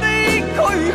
的軀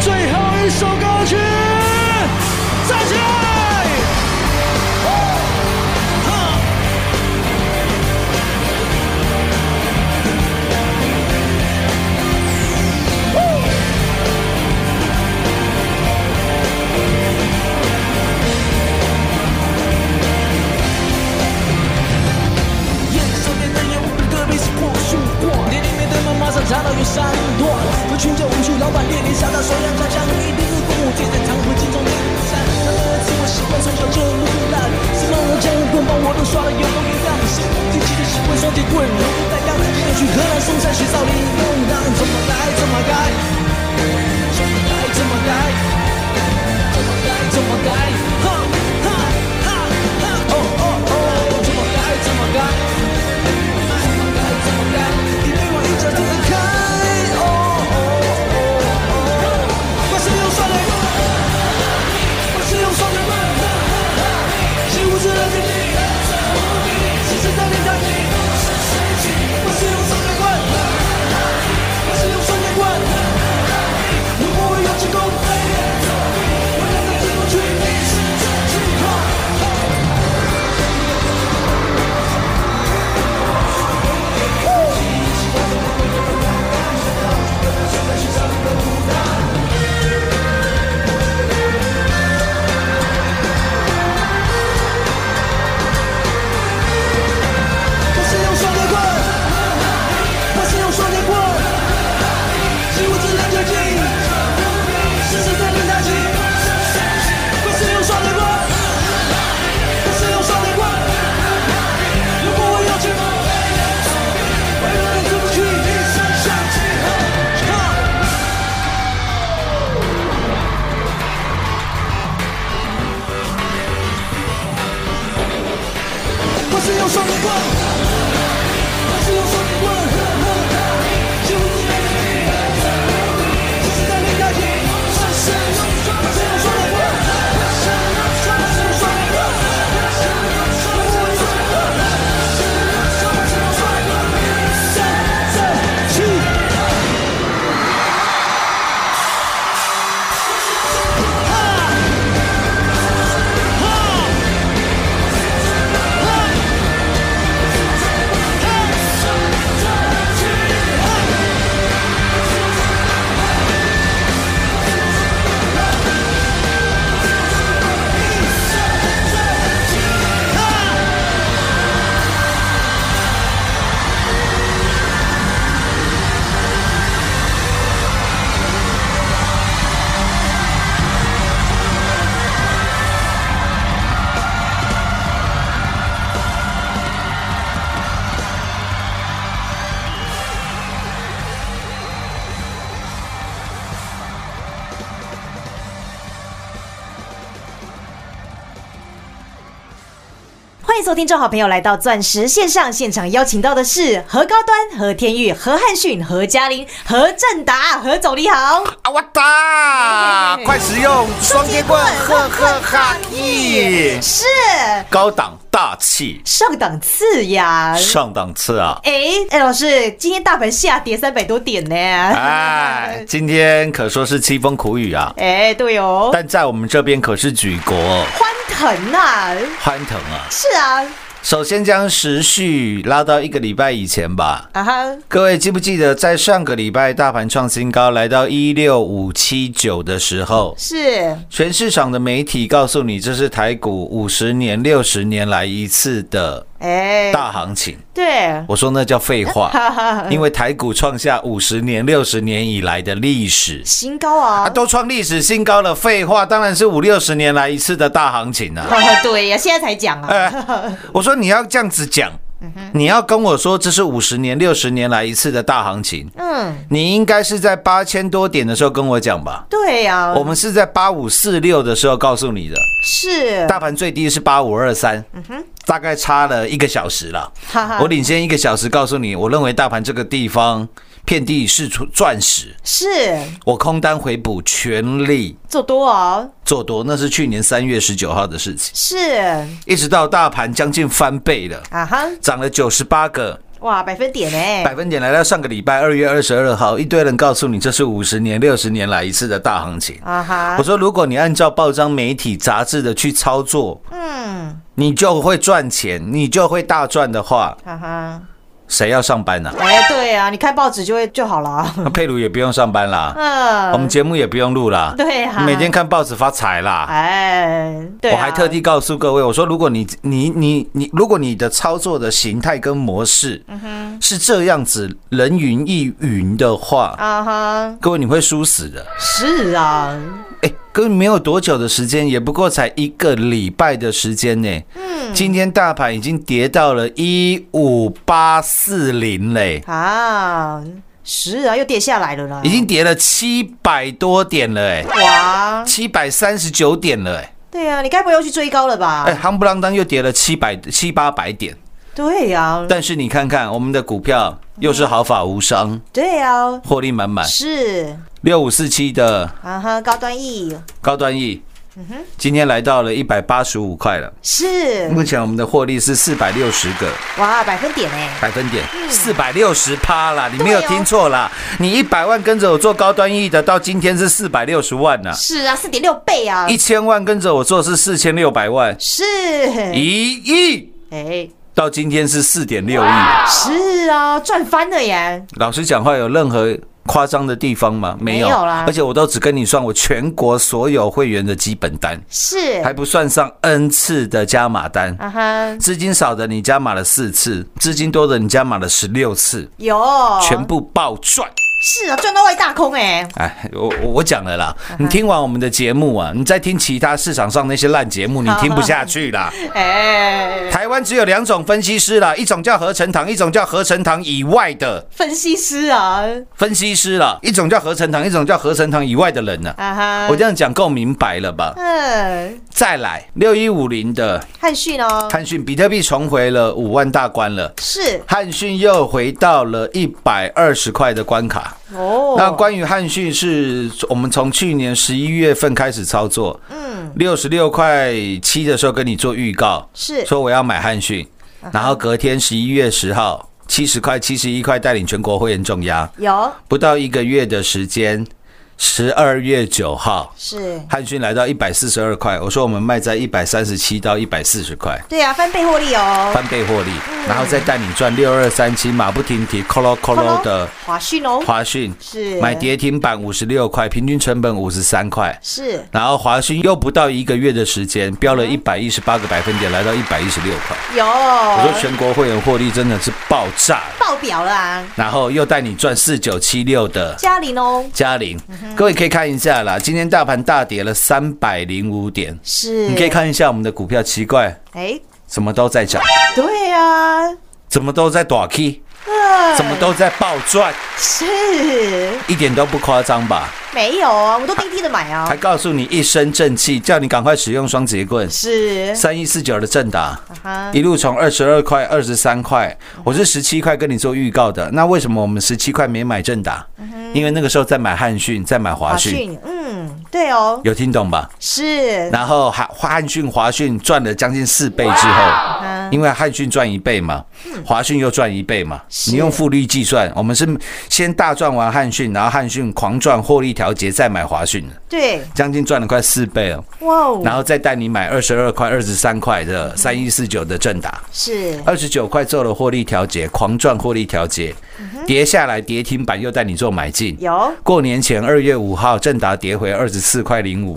最后一首歌曲，站起来！眼上的那烟雾，特别是过去过，店里面的门马上查到有三段，有群叫无趣，老板列宁傻到手痒家乡，一定是父母借在常回镜中的午餐。他们的自我习惯从小就很腐烂，是让人家用棍棒我都刷了有容易让心自己的习惯双截棍容易带刚，也许河南嵩山学少林用当，怎么来怎么改，怎么来怎么改，怎么改怎么改，哈哈哈哈哦哦哦，怎么改怎么改。你对我一脚踢开，哦哦哦，我是用双腿，我是用双腿，是无知的自己，是谁在你的你？我是用双截棍，我是用双截棍，如果我有成功，我要带你过去，我是用双截棍，我是用双截棍，是无知的自己，是谁在你的你？我是用双截棍，我是用双截棍，如果我有成功。为了你出不去，一生向前。哈。我是用双截棍，我是用双截棍，是无知的自己，是时代的压抑。我是用双截棍，我是用双截棍，我是用双截棍，我是用双截棍，三三七。欢迎收听众好朋友来到钻石线上现场，邀请到的是何高端、何天玉、何汉逊、何嘉玲、何正达、何总，你好。啊我哒！快使用双截棍，双呵截棍呵哈咦，是高档大气，上档次呀。上档次啊！哎哎，老师，今天大盘下跌三百多点呢。哎，今天可说是凄风苦雨啊，哎，对哦，但在我们这边可是举国欢腾呐、啊，欢腾啊！是啊，首先将时序拉到一个礼拜以前吧。啊哈，各位记不记得，在上个礼拜大盘创新高，来到一六五七九的时候，是全市场的媒体告诉你，这是台股五十年、六十年来一次的哎，大行情。对，，我说那叫废话啊 因为台股创下五十年、六十年以来的历史。新高啊啊，，都创历史新高了，废话，当然是五六十年来一次的大行情 啊！对呀，现在才讲啊，哎，我说你要这样子讲，你要跟我说这是五十年、六十年来一次的大行情，嗯，你应该是在八千多点的时候跟我讲吧？对呀，我们是在八五四六的时候告诉你的，是大盘最低是八五二三，大概差了一个小时了啊哈哈。我领先一个小时告诉你，我认为大盘这个地方遍地是出钻石，是我空单回补全力。做多啊，做多，那是去年三月十九号的事情，是一直到大盘将近翻倍了，啊哈，涨了九十八个哇，百分点百哎，分点，来到上个礼拜二月二十二号，一堆人告诉你这是五十年、六十年来一次的大行情。啊哈我，说，如果你按照报章、媒体、杂志的去操作，嗯，你就会赚钱，你就会大赚的话，哈啊哈，谁要 上班呢、哎，对啊，你看报纸就会就好了啊，那佩鲁也不用上班啦，嗯，我们节目也不用录啦，对啊，每天看报纸发财啦。哎，对、啊，我还特地告诉各位，我说如果你你你你，如果你的操作的形态跟模式嗯是这样子人云亦云的话，啊哈，各位你会输死的。是啊，哎，各位没有多久的时间，也不过才一个礼拜的时间呢。嗯今天大盘已经跌到了一五八四零嘞，啊，是啊，又跌下来了啦，已经跌了七百多点了，哎，哇，七百三十九点了，哎，对啊，你该不会又去追高了吧？哎，夯不啷当又跌了七百七八百点。对啊呀、但是你看看我们的股票，又是毫发无伤，对呀、获利满满。是六五四七的啊哈，高端 E 高端 E，今天来到了一百八十五块了。是目前我们的获利是四百六十个哇，百分点哎、百分点，四百六十趴啦，你没有对哦听错啦。你一百万跟着我做高端 E 的，到今天是四百六十万呐、是啊，四点六倍啊，一千万跟着我做是四千六百万，是一亿哎，到今天是四点六亿。是啊，赚翻了耶，老实讲话，有任何夸张的地方吗？没有没有啦而且我都只跟你算我全国所有会员的基本单，是还不算上 N 次的加码单。啊哈，资金少的你加码了四次，资金多的你加码了十六次，有全部爆赚。是啊，赚到外大空哎、哎，我我我讲了啦，嗯你听完我们的节目啊，你再听其他市场上那些烂节目，你听不下去啦。哎， 台湾只有两种分析师啦，一种叫合成堂，一种叫合成堂以外的分析师啊，分析师啦，一种叫合成堂，一种叫合成堂以外的人呢、啊哈，我这样讲够明白了吧？嗯，再来六一五零的汉逊哦，汉讯，比特币重回了五万大关了，是汉讯又回到了一百二十块的关卡。哦，那关于汉讯是我们从去年十一月份开始操作，嗯，六十六块七的时候跟你做预告，是啊说我要买汉讯，然后隔天十一月十号七十块、七十一块带领全国会员重压，有不到一个月的时间，十二月九号。是，汉讯来到一百四十二块，我说我们卖在一百三十七到一百四十块，对啊，翻倍获利哦，翻倍获利，然后再带你赚六二三七马不停蹄 colo colo 的华讯哦，华讯，是买跌停板五十六块，平均成本五十三块。是然后华讯又不到一个月的时间，嗯飙了一百一十八个百分点，来到一百一十六块。有，哦我说全国会员获利真的是爆炸，爆表啦、啊，然后又带你赚四九七六的嘉玲哦，嘉玲，各位可以看一下啦，今天大盘大跌了三百零五点，是，你可以，看一下我们的股票，奇怪，哎，怎么都在涨，对啊，怎么都在短 K，嗯怎么都在暴赚，是一点都不夸张吧？没有啊，我都滴滴的买啊还，告诉你一身正气，叫你赶快使用双节棍。是，啊三一四九的正达，哈一路从二十二块、二十三块，我是十七块跟你做预告的。那为什么我们十七块没买正达？因为那个时候在买汉讯，在买华华讯，讯，啊嗯，对哦，有听懂吧？是，然后汉汉讯、华讯赚了将近四倍之后，嗯，因为汉讯赚一倍嘛，华讯又赚一倍嘛，是你你用复利计算，我们是先大赚完汉讯，然后汉讯狂赚获利调节，再买华讯的，对，将近赚了快四倍了，哇然哦，嗯后再带你买二十二块、二十三块的三一四九的正达，是二十九块做了获利调节，狂赚获利调节，嗯跌下来跌停板又带你做买进。有过年前二月五号，正达跌回二十四块零五，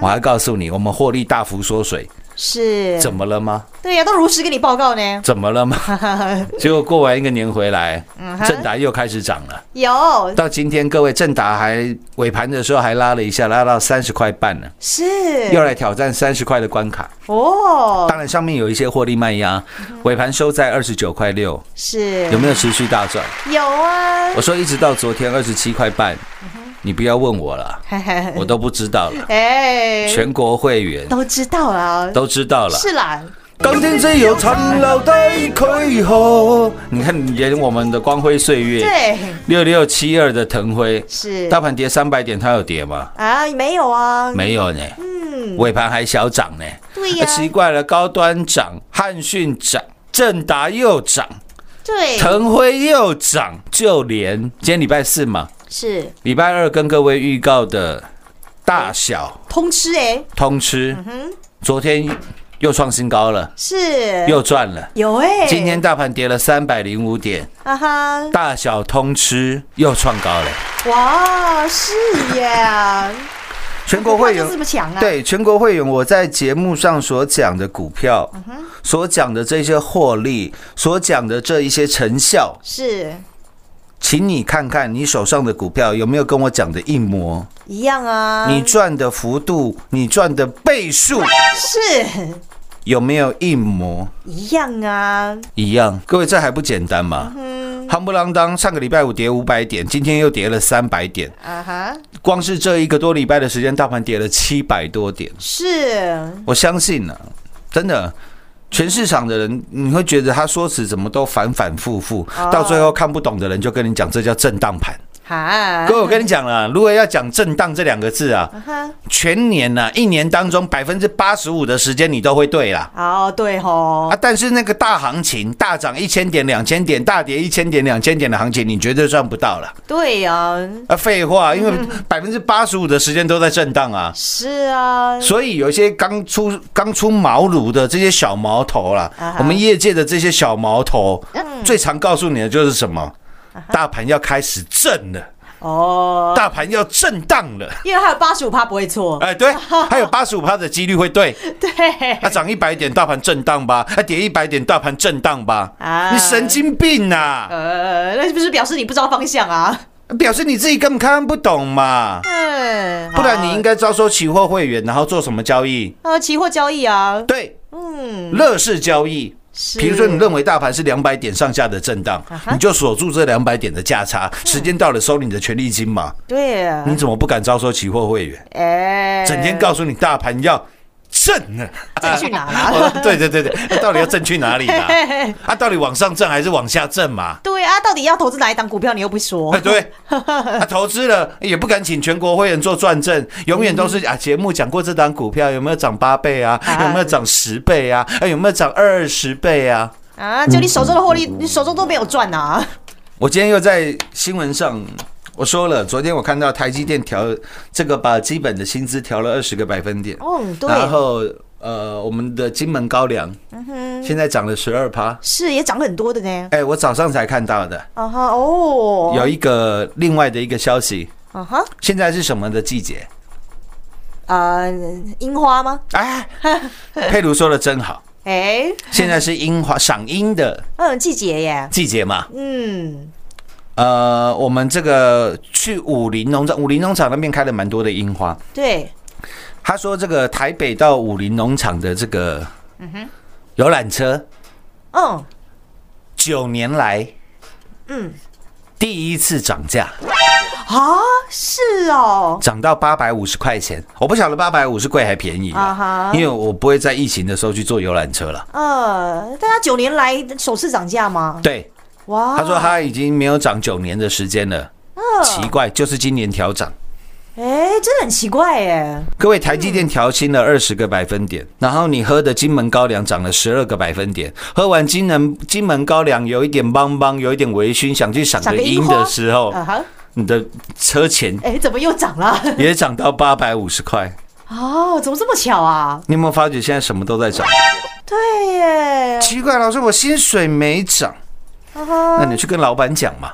我还告诉你，我们获利大幅缩水，是，怎么了吗？对呀、都如实跟你报 告呢。怎么了吗？结果过完一个年回来，嗯正达又开始涨了。有到今天，各位正达还尾盘的时候还拉了一下，拉到三十块半呢，是又来挑战三十块的关卡。哦，当然，上面有一些获利卖压，尾盘收在二十九块六，是有没有持续大赚？有啊我，说一直到昨天二十七块半，你不要问我了，我都不知道了， 哎，全国会员都知道啊，都知道了。是啦，今天只有陈老大可以喝。你看，连我们的光辉岁月，对，六六七二的腾辉，是大盘跌三百点，它有跌吗？啊，没有啊，没有呢，嗯，尾盘还小涨呢。哎对呀、奇怪了，高端涨，汉讯涨，正达又涨，对，腾辉又涨，就连今天礼拜四嘛，是礼拜二跟各位预告的大小通吃哎、通吃，昨天又创新高了，是又赚了。有哎、今天大盘跌了三百零五点，啊哈，大小通吃又创高了。哇，是 耶，全国会员股票就是这么强啊对全国会员，我在节目上所讲的股票，嗯所讲的这些获利，所讲的这一些成效，是请你看看你手上的股票有没有跟我讲的一模，一样啊，你赚的幅度，你赚的倍数是有没有一模一样啊，一样？各位，这还不简单吗？嗯夯不啷当，上个礼拜五跌五百点，今天又跌了三百点，啊哈，光是这一个多礼拜的时间，大盘跌了七百多点。是我相信呢、啊真的，全市场的人，你会觉得他说辞怎么都反反复复，到最后看不懂的人就跟你讲，这叫震荡盘。哈各，位，我跟你讲了，如果要讲震荡这两个字啊，啊哈，全年呐、一年当中百分之八十五的时间你都会对啦。哦对吼啊，，但是那个大行情，大涨一千点、两千点，大跌一千点、两千点的行情，你绝对赚不到了。对哦呀、啊，废话，因为百分之八十五的时间都在震荡啊。是啊，所以有一些刚出刚出茅庐的这些小毛头啦啊哈，嗯我们业界的这些小毛头，最常告诉你的就是什么？大盘要开始震了，啊哦，大盘要震荡了。因为还有八十五趴不会错，哎，对，还有八十五趴的几率会对， 对，啊，涨一百点，大盘震荡吧；啊，跌一百点，大盘震荡吧。啊你神经病呐、呃，那是不是表示你不知道方向啊？表示你自己根本看不懂嘛，嗯，不然你应该该招收期货会员，然后做什么交易？呃期货交易啊，对，嗯，乐视交易。是比如说，你认为大盘是两百点上下的震荡啊，哈嗯你就锁住这两百点的价差，时间到了收你的权利金嘛。对，啊你怎么不敢招收期货会员？嗯哎，嗯整天告诉你大盘要震呢？这去哪 哦了？对对对对，那到底要震去哪里 啦？嘿嘿啊，到底往上震还是往下震嘛？对啊，到底要投资哪一档股票，你又不说 哎，。对，啊，投资了也不敢请全国会员做转正，永远都是嗯啊，节目讲过这档股票有没有涨八倍啊，有没有涨十倍啊，哎，有没有涨二十倍啊？啊，就你手中的获利，你手中都没有赚啊！我今天又在新闻上我说了，昨天我看到台积电调这个把基本的薪资调了二十个百分点，哦，对，嗯然后呃，我们的金门高粱现在涨了十二趴。是也涨很多的呢。哎，我早上才看到的，啊哈，哦，有一个另外的一个消息，啊哈，现在是什么的季节？呃，樱花吗？ 哎，佩如说的真好，哎，现在是樱花赏樱的嗯，季节耶，季节嘛。嗯，呃，我们这个去武林农场，武林农场那边开了蛮多的樱花，对，他说这个台北到武林农场的这个游览车，嗯，九年来，嗯，第一次涨价，啊，是哦，涨到八百五十块钱。我不晓得八百五是贵还便宜啊啊哈，因为我不会在疫情的时候去坐游览车了。呃，但他九年来首次涨价吗？对，哇，他说他已经没有涨九年的时间了，奇怪，就是今年调涨。哎，真的很奇怪哎。各位，台积电调薪了二十个百分点，然后你喝的金门高粱涨了十二个百分点。喝完金门金门高粱，有一点梆梆，有一点微醺，想去赏赏个个樱樱花的时候，啊哈，你的车钱哎，怎么又涨了？ 也涨到八百五十块。哦，怎么这么巧啊？你有没有发觉现在什么都在嗯涨？对耶，奇怪，老师，我薪水没涨，啊那你去跟老板讲嘛。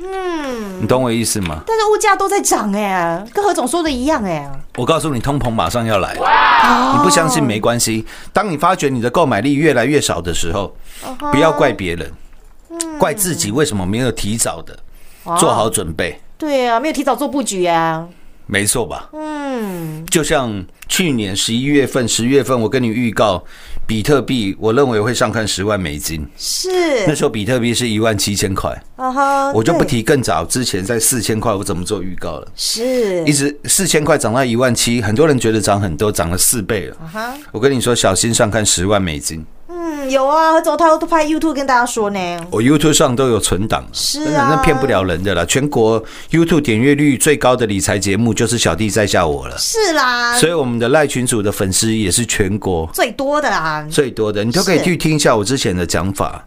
嗯，你懂我意思吗？但是物价都在涨哎，跟何总说的一样哎。我告诉你，通膨马上要来了，你不相信没关系。当你发觉你的购买力越来越少的时候，哦不要怪别人，嗯怪自己为什么没有提早的做好准备，对啊，没有提早做布局啊。没错吧？嗯，就像去年十一月份、十月份，我跟你预告，比特币我认为会上看十万美金，那是，时候比特币是一万七千块，啊哈我就不对提更早之前在四千块我怎么做预告了。是一直四千块涨到一万七，很多人觉得涨很多，涨了四倍了。哈我跟你说，小心上看十万美金，嗯，有啊，何总他都拍 YouTube 跟大家说呢。我 YouTube 上都有存档，是啊真的那骗不了人的啦。全国 YouTube 点阅率最高的理财节目就是小弟在下我了，是啊啦，所以我们的赖群主的粉丝也是全国最多的啦。最多的，你都可以是嗯去听一下我之前的讲法。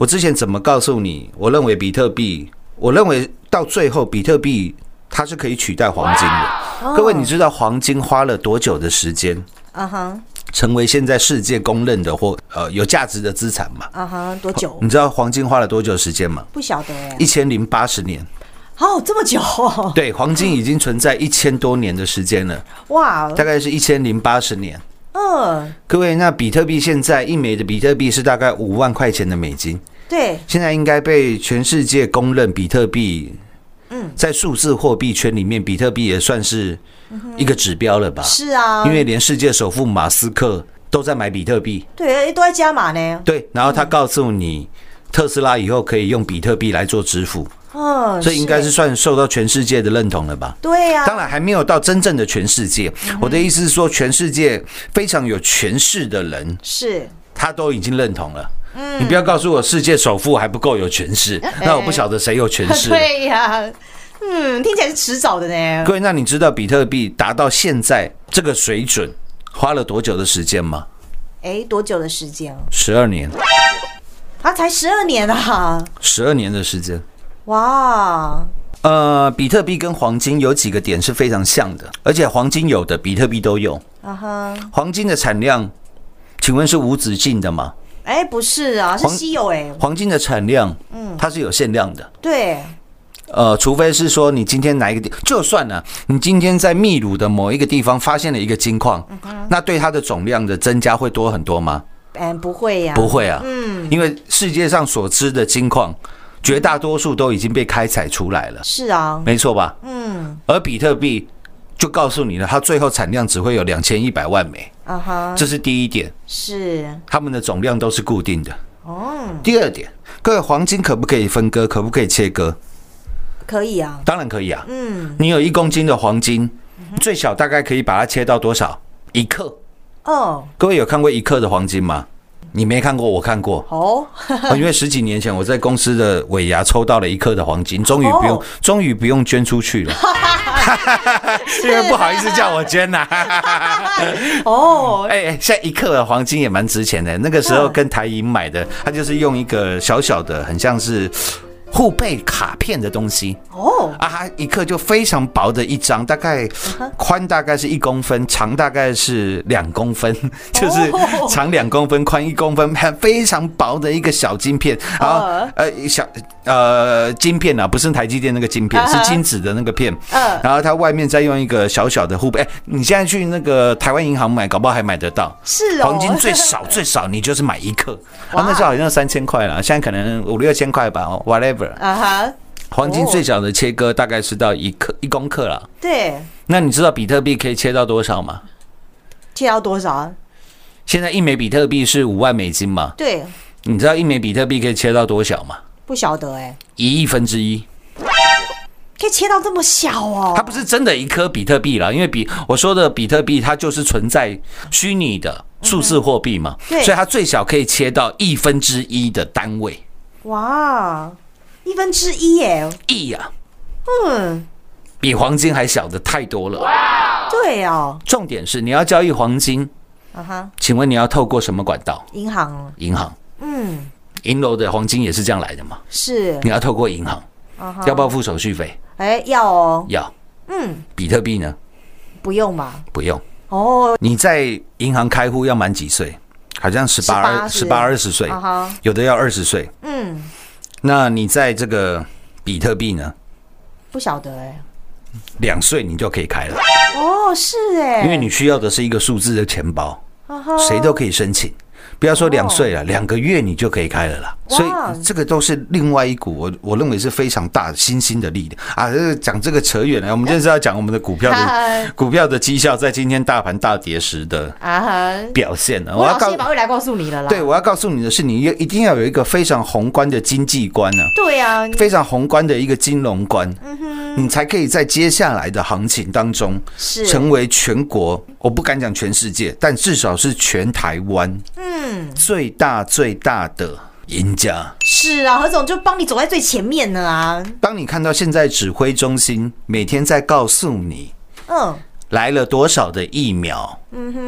我之前怎么告诉你？我认为比特币，我认为到最后比特币它是可以取代黄金哦的。各位，你知道黄金花了多久的时间？啊哈，成为现在世界公认的或呃有价值的资产嘛？啊哈，多久？你知道黄金花了多久时间吗？不晓得哎一。千零八十年，哦，这么久哦，对，黄金已经存在一千多年的时间了，哇，大概是一千零八十年。嗯，各位，那比特币现在一枚的比特币是大概五万块钱的美金，对，现在应该被全世界公认比特币，嗯，在数字货币圈里面，比特币也算是一个指标了吧？是啊，因为连世界首富马斯克都在买比特币，对都在加码呢。对，然后他告诉你，特斯拉以后可以用比特币来做支付，嗯，所以应该是算受到全世界的认同了吧？对呀、当然还没有到真正的全世界，嗯我的意思是说，全世界非常有权势的人，是他都已经认同了。嗯你不要告诉我世界首富还不够有权势，那我不晓得谁有权势。哎对呀、嗯，听起来是迟早的呢。各位，那你知道比特币达到现在这个水准花了多久的时间吗？哎，多久的时间啊？十二年，啊，才十二年啊！十二年的时间。哇，呃，比特币跟黄金有几个点是非常像的，而且黄金有的比特币都有。啊哈，黄金的产量，请问是无止境的吗？哎，不是啊，是黄稀有哎、黄金的产量，嗯，它是有限量的。对，呃，除非是说你今天哪一个地，就算呢、你今天在秘鲁的某一个地方发现了一个金矿，那对它的总量的增加会多很多吗？嗯，不会呀、不会啊，嗯，因为世界上所知的金矿，绝大多数都已经被开采出来了。是啊，没错吧？嗯。而比特币就告诉你了，它最后产量只会有两千一百万枚，啊哈，这是第一点，是它们的总量都是固定的。哦。第二点，各位，黄金可不可以分割？可不可以切割？可以啊，当然可以啊。嗯。你有一公斤的黄金，最小大概可以把它切到多少？一克。哦，各位有看过一克的黄金吗？你没看过，我看 过哦， 哦因为十几年前我在公司的尾牙抽到了一克的黄金，终于不用哦，终于不用捐出去 了。因为不好意思叫我捐啊呐、哦，哎、哎，现在一克的黄金也蛮值钱的。那个时候跟台银买的，它就是用一个小小的，很像是护贝卡片的东西哦，啊，它一克就非常薄的一张，大概嗯宽大概是一公分，长大概是两公分， 就是哦长两公分，宽一公分，很非常薄的一个小晶片。然后哦呃小呃晶片啊，不是台积电那个晶啊片，是金子的那个片。嗯然后它外面再用一个小小的护背。哎，你现在去那个台湾银行买，搞不好还买得到。是哦，黄金最少最少，你就是买一克，啊，那时候好像三千块了，现在可能五六千块吧哦，whatever。啊哈，黄金最小的切割大概是到一哦克一公克了。对，那你知道比特币可以切到多少吗？切到多少啊？现在一枚比特币是五万美金嘛？对，你知道一枚比特币可以切到多少吗？不晓得哎、一亿分之一。可以切到这么小哦？它不是真的一颗比特币啦，因为比我说的比特币它就是存在虚拟的数字货币嘛，嗯对所以它最小可以切到亿分之一的单位哇，一分之一耶！亿啊。嗯，哎比黄金还小的太多了。对哦，重点是你要交易黄金，啊哈，请问你要透过什么管道？银行，银行，嗯，银楼的黄金也是这样来的嘛？是你，要透过银行，啊哈要不要付手续费？哎，要哦，要。嗯，比特币呢？不用吧？不用。哦，你在银行开户要满几岁？好像十八、 18二是十八、二十岁啊哈，有的要二十岁。嗯，那你在这个比特币呢？不晓得哎，两岁你就可以开了，哦，是哎，因为你需要的是一个数字的钱包，啊哈谁都可以申请。不要说两岁了，两个月你就可以开了啦。哦哇所以这个都是另外一股我我认为是非常大新兴的力量啊。这个讲这个扯远了，我们就是要讲我们的股票嗨的股票的绩效，在今天大盘大跌时的啊哈，表现呢。我要老师告也把未来告诉你了啦，对，我要告诉你的是，你一定要有一个非常宏观的经济观呢、对啊，非常宏观的一个金融观，嗯你才可以在接下来的行情当中，是成为全国，我不敢讲全世界，但至少是全台湾嗯，最大最大的赢家。是啊，何总就帮你走在最前面了啊，当你看到现在指挥中心每天在告诉你嗯，来了多少的疫苗，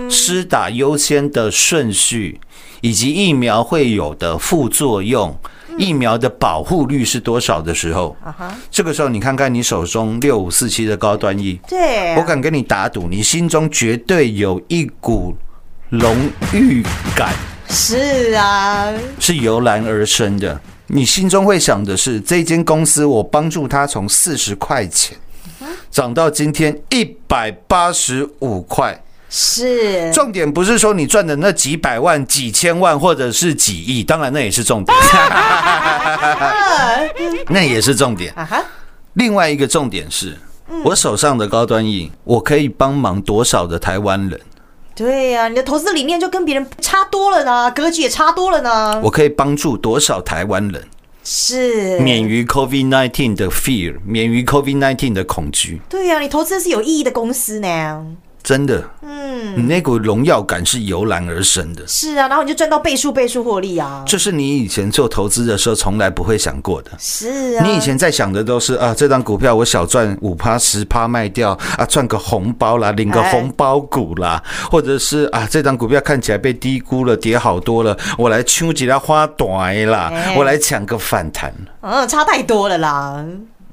施打优先的顺序，以及疫苗会有的副作用，疫苗的保护率是多少的时候，嗯啊哈，这个时候你看看你手中六五四七的高端 E，对啊，我敢跟你打赌，你心中绝对有一股荣誉感是啊，是由然而生的。你心中会想的是，这间公司我帮助他从四十块钱嗯涨到今天一百八十五块。是，重点不是说你赚的那几百万、几千万或者是几亿，当然那也是重点，那也是重点。啊哈，另外一个重点是，我手上的高端 E，我可以帮忙多少的台湾人？对啊，你的投资理念就跟别人差多了呢，格局也差多了呢，我可以帮助多少台湾人是，免于 COVID-19 的 fear，免于 COVID-19 的恐惧？对呀、啊，你投资的是有意义的公司呢。真的，你那股荣耀感是油然而生的，是啊，然后你就赚到倍数倍数获利啊。这是你以前做投资的时候从来不会想过的。是啊，你以前在想的都是啊，这张股票我小赚五趴十趴卖掉啊，赚个红包啦，领个哎红包股啦，或者是啊，这张股票看起来被低估了，跌好多了，我来抢几条花短啦哎，我来抢个反弹。嗯嗯差太多了啦。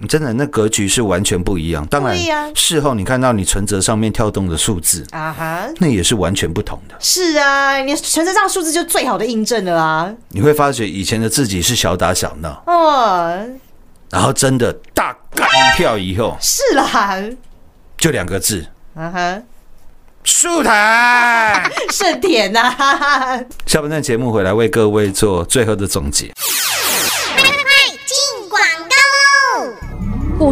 真的，那格局是完全不一样。当然对呀，事后你看到你存折上面跳动的数字，啊哈，那也是完全不同的。是啊，你存折账数字就最好的印证了啊。你会发觉以前的自己是小打小闹，哦，然后真的大干一票以后，是啦，就两个字：啊哈，输台。盛典呐、啊，下半段节目回来为各位做最后的总结。进广告喽！股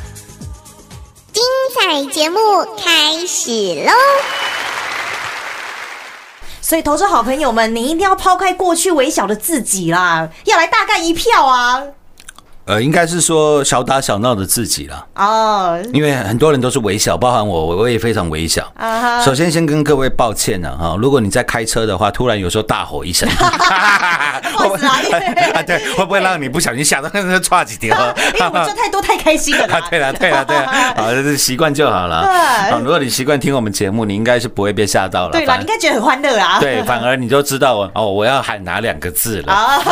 精彩节目开始喽！所以投资好朋友们，你一定要抛开过去微小的自己啦，要来大干一票啊！呃，应该是说小打小闹的自己啦，哦，因为很多人都是微小，包含我，我也非常微小。啊哈，首先，先跟各位抱歉了哈，如果你在开车的话，突然有时候大 吼一声，好死啊因为啊， 对，会不会让你不小心吓到 那个岔 几条？因为哎 我赚太多太开心了啊啦，。 对了，对了，对了， 好，这是习惯就好了。对好，如果你习惯听我们节目，你应该是不会被吓到了。对啦，反你应该觉得很欢乐啊。对，反而你就知道哦，我要喊哪两个字了。 啊，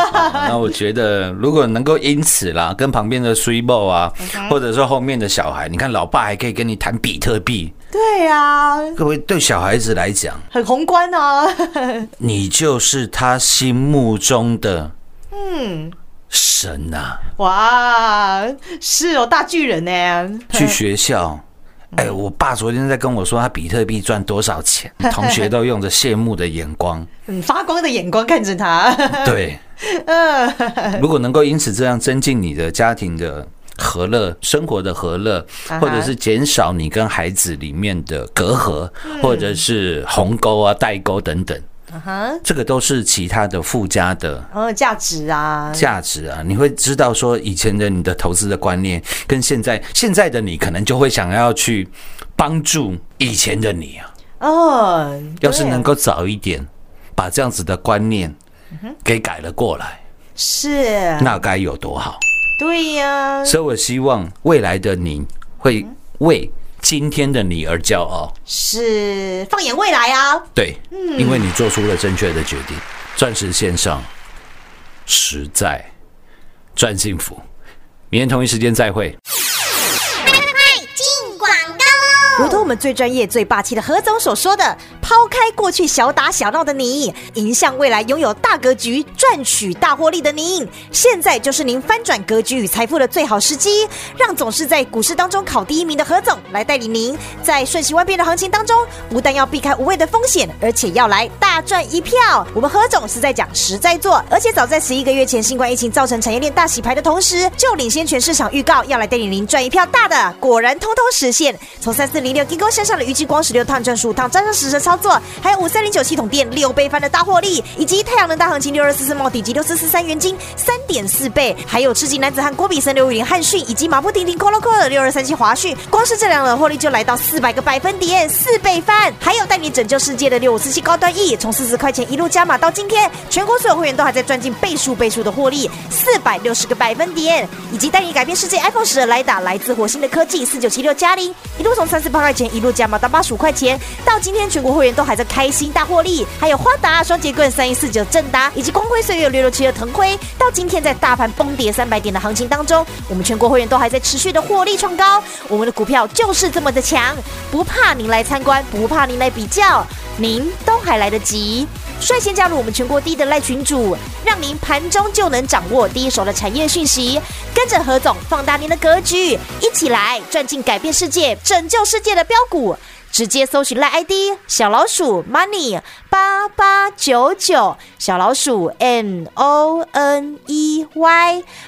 那我觉得，如果能够因此啦，跟旁边的 s w e b o 啊，或者是后面的小孩，你看老爸还可以跟你谈比特币。对啊，各位对小孩子来讲，很宏观啊， 你就是他心目中的嗯神呐、啊嗯哇，是哦，大巨人呢、去学校。哎，我爸昨天在跟我说，他比特币赚多少钱，同学都用着羡慕的眼光。很发光的眼光看着他， 对，嗯如果能够因此这样增进你的家庭的和乐、生活的和乐，啊哈或者是减少你跟孩子里面的隔阂，嗯或者是鸿沟啊、代沟等等，啊哈，这个都是其他的附加的嗯，价值啊，价值啊，你会知道说以前的你的投资的观念跟现在现在的你，可能就会想要去帮助以前的你啊。哦，要是能够够早一点把这样子的观念嗯给改了过来，是，那该有多好！对呀、所以我希望未来的你会为今天的你而骄傲，是放眼未来啊，对，因为你做出了正确的决定。钻石线上，实在赚幸福。明天同一时间再会。进广告喽！如同我们最专业、最霸气的何总所说的，抛开过去小打小闹的你，迎向未来拥有大格局、赚取大获利的您，现在就是您翻转格局与财富的最好时机。让总是在股市当中考第一名的何总来带领您，在瞬息万变的行情当中，不但要避开无谓的风险，而且要来大赚一票。我们何总是在讲实在做，而且早在十一个月前新冠疫情造成产业链大洗牌的同时，就领先全市场预告要来带领您赚一票大的，果然通通实现。从三四零六金钩身上的鱼激光十六趟赚十五趟，沾上实时操作，还有五三零九系统店六倍翻的大获利，以及太阳能大行情六二四四茂底及六四四三元金三点四倍，还有吃鸡男子汉郭比森六五零汉讯以及马不停蹄 Colo Colo 的六二三七华讯，光是这两轮获利就来到四百个百分点，四倍翻，还有带你拯救世界的六五四七高端 E，从四十块钱一路加码到今天，全国所有会员都还在赚进倍数倍数的获利，四百六十个百分点，以及带你改变世界 iPhone 十的来打来自火星的科技四九七六加零，一路从三十八块钱一路加码到八十五块钱，到今天全国会员都还在开心大获利，还有花达双节棍三一四九正达以及光辉岁月六六七的腾辉，到今天在大盘崩跌三百点的行情当中，我们全国会员都还在持续的获利创高，我们的股票就是这么的强，不怕您来参观，不怕您来比较，您都还来得及。率先加入我们全国第一的赖群组，让您盘中就能掌握第一手的产业讯息，跟着何总放大您的格局，一起来赚进改变世界、拯救世界的标股。直接搜寻赖 ID 小老鼠 money 八八九九，小老鼠 m o n e y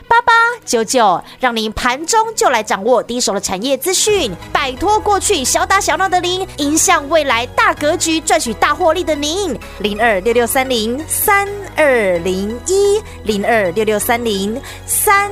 八八九九，让您盘中就来掌握第一手的产业资讯，摆脱过去小打小闹的您，迎向未来大格局，赚取大获利的您。零二六六三零三二零一，零二六六三零三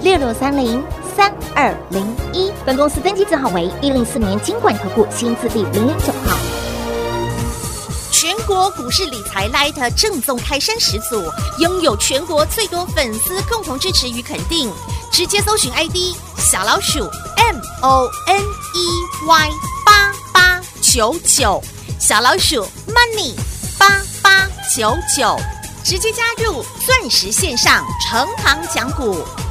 六六三零三二零一。本公司登记字号为一零四年经管投顾新字第零零九号。全国股市理财 Light 正宗开山始祖，拥有全国最多粉丝共同支持与肯定。直接搜寻 ID 小老鼠 M O N E Y 八八九九，小老鼠 Money 八八九九，直接加入钻石线上成行讲股，